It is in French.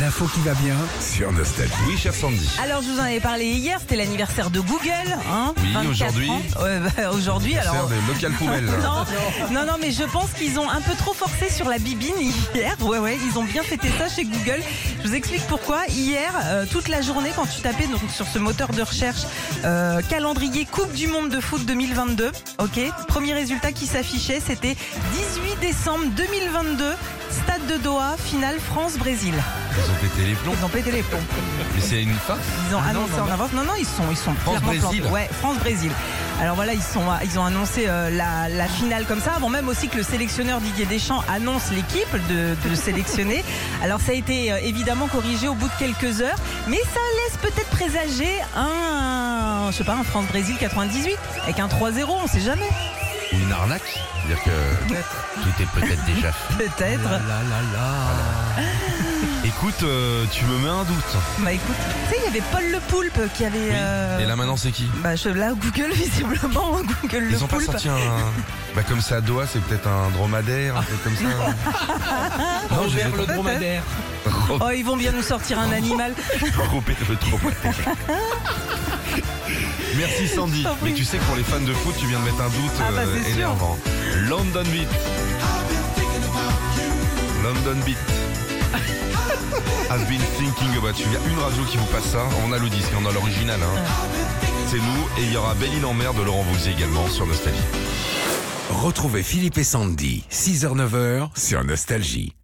L'info qui va bien. Sur Nostalgie. Oui, chef Sandy. Alors, je vous en avais parlé hier, c'était l'anniversaire de Google. Hein, Oui, 24 aujourd'hui. ans. Ouais, bah, aujourd'hui, alors. Faire des locales poubelles. là. Non, non, non, mais je pense qu'ils ont un peu trop forcé sur la bibine hier. Ouais, ouais, ils ont bien fêté ça chez Google. Je vous explique pourquoi. Hier, euh, toute la journée, quand tu tapais donc, sur ce moteur de recherche euh, calendrier Coupe du Monde de foot 2022, ok, premier résultat qui s'affichait, c'était 18 décembre 2022, stade de Doha, finale France-Brésil. Ils ont pété les plombs. Ils ont pété les plombs. Mais c'est une farce. Ils ont Ah non, annoncé non, en non. avance. Non, non, ils sont, ils sont clairement Brésil. plantés. Ouais, France-Brésil. Alors voilà, ils, sont, ils ont annoncé euh, la, la finale comme ça, avant même aussi que le sélectionneur Didier Deschamps annonce l'équipe de, de sélectionner. Alors ça a été euh, évidemment corrigé au bout de quelques heures, mais ça laisse peut-être présager un, je sais pas, un France-Brésil 98 avec un 3-0, on sait jamais. Ou une arnaque. C'est-à-dire que tout est peut-être déjà fait. Peut-être. Écoute, euh, tu me mets un doute. Bah écoute, tu sais, il y avait Paul Le Poulpe qui avait. euh, Et là maintenant, c'est qui bah, je- là, Google, visiblement, Google Ils Le ont pas Poulpe. sorti un. Bah, comme ça, à Doha, c'est peut-être un dromadaire, un truc comme ça. Non, j'ai Ah, le dromadaire. Oh, ils vont bien nous sortir un animal. Robert le dromadaire. Merci Sandy. t'en prie. Mais tu sais que pour les fans de foot, tu viens de mettre un doute Ah, bah, euh, c'est sûr. énervant. London Beat. London Beat. I've been thinking about you. Il y a une radio qui vous passe ça. On a le disque, on a l'original. hein. Ah. C'est nous. Et il y aura Béline en mer de Laurent Vouzier également sur Nostalgie. Retrouvez Philippe et Sandy, 6h-9h, sur Nostalgie.